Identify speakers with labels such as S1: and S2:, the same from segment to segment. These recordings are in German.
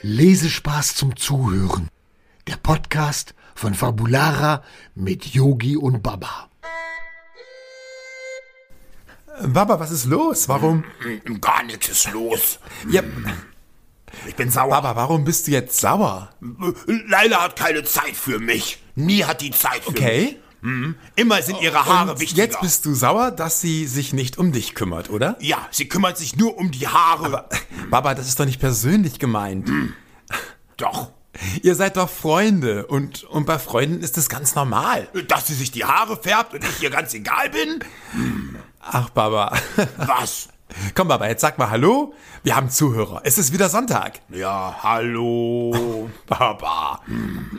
S1: Lesespaß zum Zuhören. Der Podcast von Fabulara mit Yogi und Baba.
S2: Baba, was ist los? Warum?
S3: Gar nichts ist los.
S2: Ja,
S3: Ich bin sauer.
S2: Baba, warum bist du jetzt sauer?
S3: Leila hat keine Zeit für mich. Nie hat die Zeit für
S2: Okay.
S3: mich. Immer sind ihre Haare
S2: Und
S3: wichtiger.
S2: Jetzt bist du sauer, dass sie sich nicht um dich kümmert, oder?
S3: ja, sie kümmert sich nur um die Haare.
S2: Baba, das ist doch nicht persönlich gemeint.
S3: Doch,
S2: Ihr seid doch Freunde und, und bei Freunden ist das ganz normal.
S3: dass sie sich die Haare färbt und ich ihr ganz egal bin?
S2: Ach, Baba.
S3: Was?
S2: Komm, Baba, jetzt sag mal Hallo. Wir haben Zuhörer. Es ist wieder Sonntag.
S3: Ja, hallo.
S2: Baba.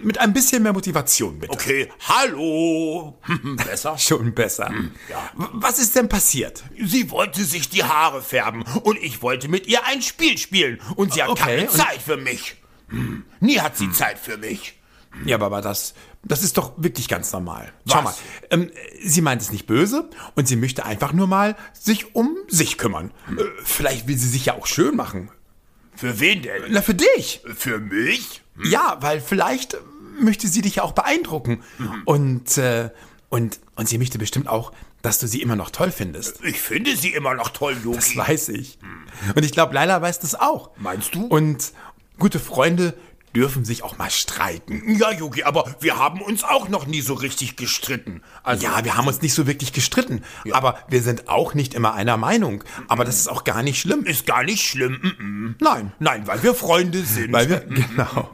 S2: Mit ein bisschen mehr Motivation, bitte.
S3: Okay, hallo. Besser?
S2: Schon besser.
S3: Hm,
S2: W- Was ist denn passiert?
S3: Sie wollte sich die Haare färben und ich wollte mit ihr ein Spiel spielen und sie hat
S2: Okay,
S3: keine
S2: und-
S3: Zeit für mich. Hm, Nie hat sie Zeit für mich.
S2: Ja, Baba, das, das ist doch wirklich ganz normal. Schau
S3: Was?
S2: mal, ähm, sie meint es nicht böse und sie möchte einfach nur mal sich um sich kümmern. Äh, vielleicht will sie sich ja auch schön machen.
S3: Für wen denn?
S2: Na, für dich.
S3: Für mich?
S2: Ja, weil vielleicht möchte sie dich ja auch beeindrucken.
S3: Mhm.
S2: Und, äh, und, und sie möchte bestimmt auch, dass du sie immer noch toll findest.
S3: Ich finde sie immer noch toll,
S2: Das
S3: Yogi.
S2: weiß ich. Und ich glaube, Leila weiß das auch.
S3: Mhm. Meinst du?
S2: Und gute Freunde dürfen sich auch mal streiten.
S3: Ja, Yogi, aber wir haben uns auch noch nie so richtig gestritten. Also,
S2: Ja, wir haben uns nicht so wirklich gestritten, aber wir sind auch nicht immer einer Meinung. Aber das ist auch gar nicht schlimm.
S3: ist gar nicht schlimm. Mm -mm.
S2: Nein,
S3: Nein, weil wir Freunde sind.
S2: weil wir genau,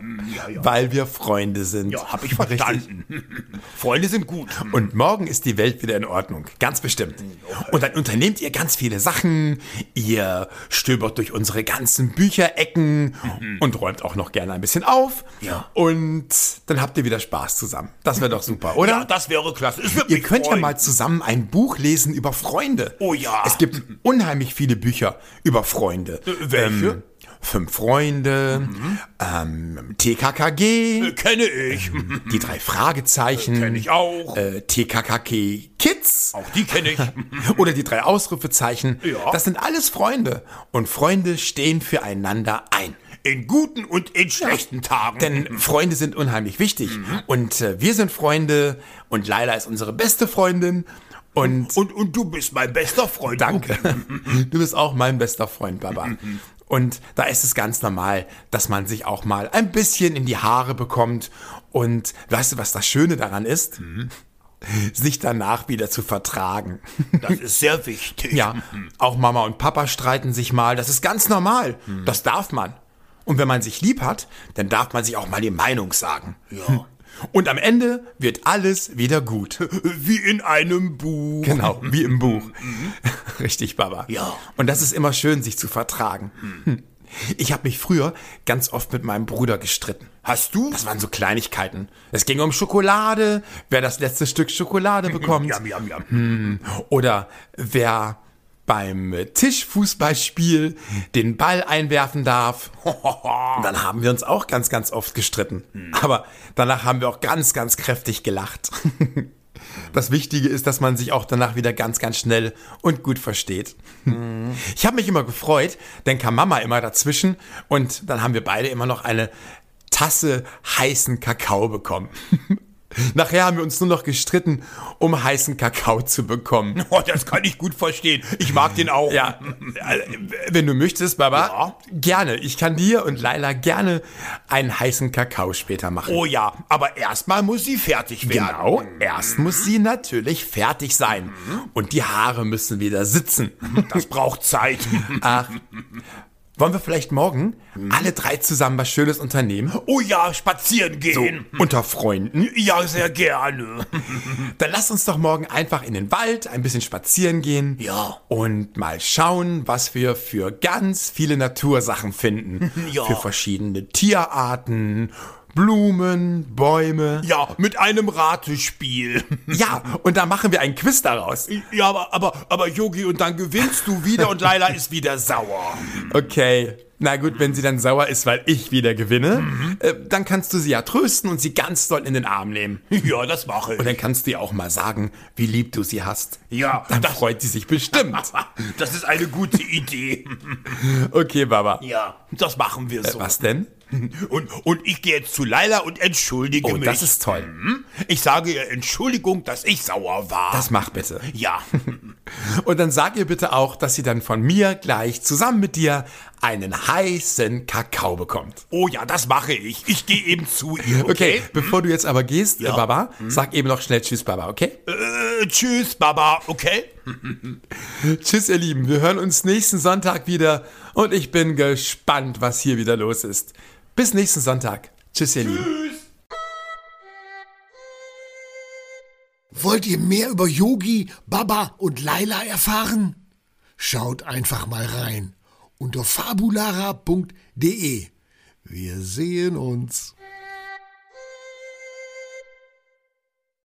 S2: weil wir Freunde sind.
S3: ja, hab ich
S2: Richtig.
S3: verstanden. Freunde sind gut. Mhm,
S2: Und morgen ist die Welt wieder in Ordnung, ganz bestimmt. Und dann unternehmt ihr ganz viele Sachen, ihr stöbert durch unsere ganzen Bücherecken und räumt auch noch gerne ein bisschen auf.
S3: Mhm. Ja.
S2: Und dann habt ihr wieder Spaß zusammen. Das wäre doch super, oder?
S3: Ja, das wäre klasse. Es wird
S2: Ihr
S3: mich
S2: könnt ja
S3: freuen.
S2: mal zusammen ein Buch lesen über Freunde.
S3: Oh ja. Äh,
S2: Es gibt unheimlich viele Bücher über Freunde.
S3: welche?
S2: Ähm, Fünf Freunde, ähm, TKKG,
S3: Kenne ich.
S2: die drei Fragezeichen.
S3: Äh, Kenn ich auch.
S2: Äh, TKKG Kids
S3: Auch die kenne ich.
S2: oder die drei Ausrufezeichen.
S3: Ja.
S2: Das sind alles Freunde. Und Freunde stehen füreinander ein.
S3: In guten und in schlechten Tagen. Mhm.
S2: Denn Freunde sind unheimlich wichtig. Und äh, wir sind Freunde. Und Laila ist unsere beste Freundin. Und
S3: und, und du bist mein bester Freund.
S2: Danke. Du bist auch mein bester Freund, Baba.
S3: Mhm.
S2: Und da ist es ganz normal, dass man sich auch mal ein bisschen in die Haare bekommt. Und weißt du, was das Schöne daran ist?
S3: Mhm.
S2: Sich danach wieder zu vertragen.
S3: Das ist sehr wichtig.
S2: Ja, auch Mama und Papa streiten sich mal. Das ist ganz normal. Das darf man. Und wenn man sich lieb hat, dann darf man sich auch mal die Meinung sagen.
S3: Ja.
S2: Und am Ende wird alles wieder gut.
S3: Wie in einem Buch. Mhm.
S2: Genau, wie im Buch. Richtig, Baba.
S3: Ja. Mhm.
S2: Und das ist immer schön, sich zu vertragen. Ich habe mich früher ganz oft mit meinem Bruder gestritten.
S3: Hast du?
S2: Das waren so Kleinigkeiten. Es ging um Schokolade, wer das letzte Stück Schokolade bekommt.
S3: Yam, yam, yam.
S2: Oder wer beim Tischfußballspiel den Ball einwerfen darf. Und dann haben wir uns auch ganz, ganz oft gestritten. Aber danach haben wir auch ganz, ganz kräftig gelacht. Das Wichtige ist, dass man sich auch danach wieder ganz, ganz schnell und gut versteht. Ich habe mich immer gefreut, dann kam Mama immer dazwischen und dann haben wir beide immer noch eine Tasse heißen Kakao bekommen. Nachher haben wir uns nur noch gestritten, um heißen Kakao zu bekommen.
S3: Oh, das kann ich gut verstehen. Ich mag den auch.
S2: Ja, also, wenn du möchtest, Baba, gerne. Ich kann dir und Laila gerne einen heißen Kakao später machen.
S3: Oh ja, aber erstmal muss sie fertig werden. Mhm.
S2: Genau, erst muss sie natürlich fertig sein. Und die Haare müssen wieder sitzen.
S3: Mhm, Das braucht Zeit.
S2: Ach, wollen wir vielleicht morgen alle drei zusammen was Schönes unternehmen?
S3: Mhm. Oh ja, spazieren gehen.
S2: Unter Freunden?
S3: Ja, sehr gerne.
S2: Dann lass uns doch morgen einfach in den Wald ein bisschen spazieren gehen.
S3: Ja.
S2: Und mal schauen, was wir für ganz viele Natursachen finden.
S3: Ja.
S2: Für verschiedene Tierarten, Blumen, Bäume.
S3: Ja, mit einem Ratespiel.
S2: Ja, und da machen wir einen Quiz daraus.
S3: Ja, aber, aber, aber Yogi, und dann gewinnst du wieder und Laila ist wieder sauer.
S2: Okay. Na gut, wenn sie dann sauer ist, weil ich wieder gewinne,
S3: Mhm.
S2: äh, dann kannst du sie ja trösten und sie ganz doll in den Arm nehmen.
S3: Ja, das mache
S2: Und
S3: ich.
S2: dann kannst du ihr auch mal sagen, wie lieb du sie hast.
S3: Ja,
S2: Dann
S3: das-
S2: freut sie sich bestimmt.
S3: Das ist eine gute Idee.
S2: Okay, Baba.
S3: Ja, das machen wir so.
S2: Äh, Was denn?
S3: Und, und ich gehe jetzt zu Laila und entschuldige
S2: Oh,
S3: mich.
S2: das ist toll.
S3: Hm? Ich sage ihr Entschuldigung, dass ich sauer war.
S2: Das mach bitte.
S3: ja.
S2: Und dann sag ihr bitte auch, dass sie dann von mir gleich zusammen mit dir einen heißen Kakao bekommt.
S3: Oh ja, das mache ich. Ich gehe eben zu ihr.
S2: Okay,
S3: Okay. Mhm.
S2: bevor du jetzt aber gehst, äh, Baba, sag eben noch schnell Tschüss, Baba, okay?
S3: Äh, tschüss, Baba. Okay?
S2: Tschüss, ihr Lieben. Wir hören uns nächsten Sonntag wieder und ich bin gespannt, was hier wieder los ist. Bis nächsten Sonntag. Tschüss, ihr Lieben.
S1: Wollt ihr mehr über Yogi, Baba und Laila erfahren? Schaut einfach mal rein unter fabulara.de. Wir sehen uns.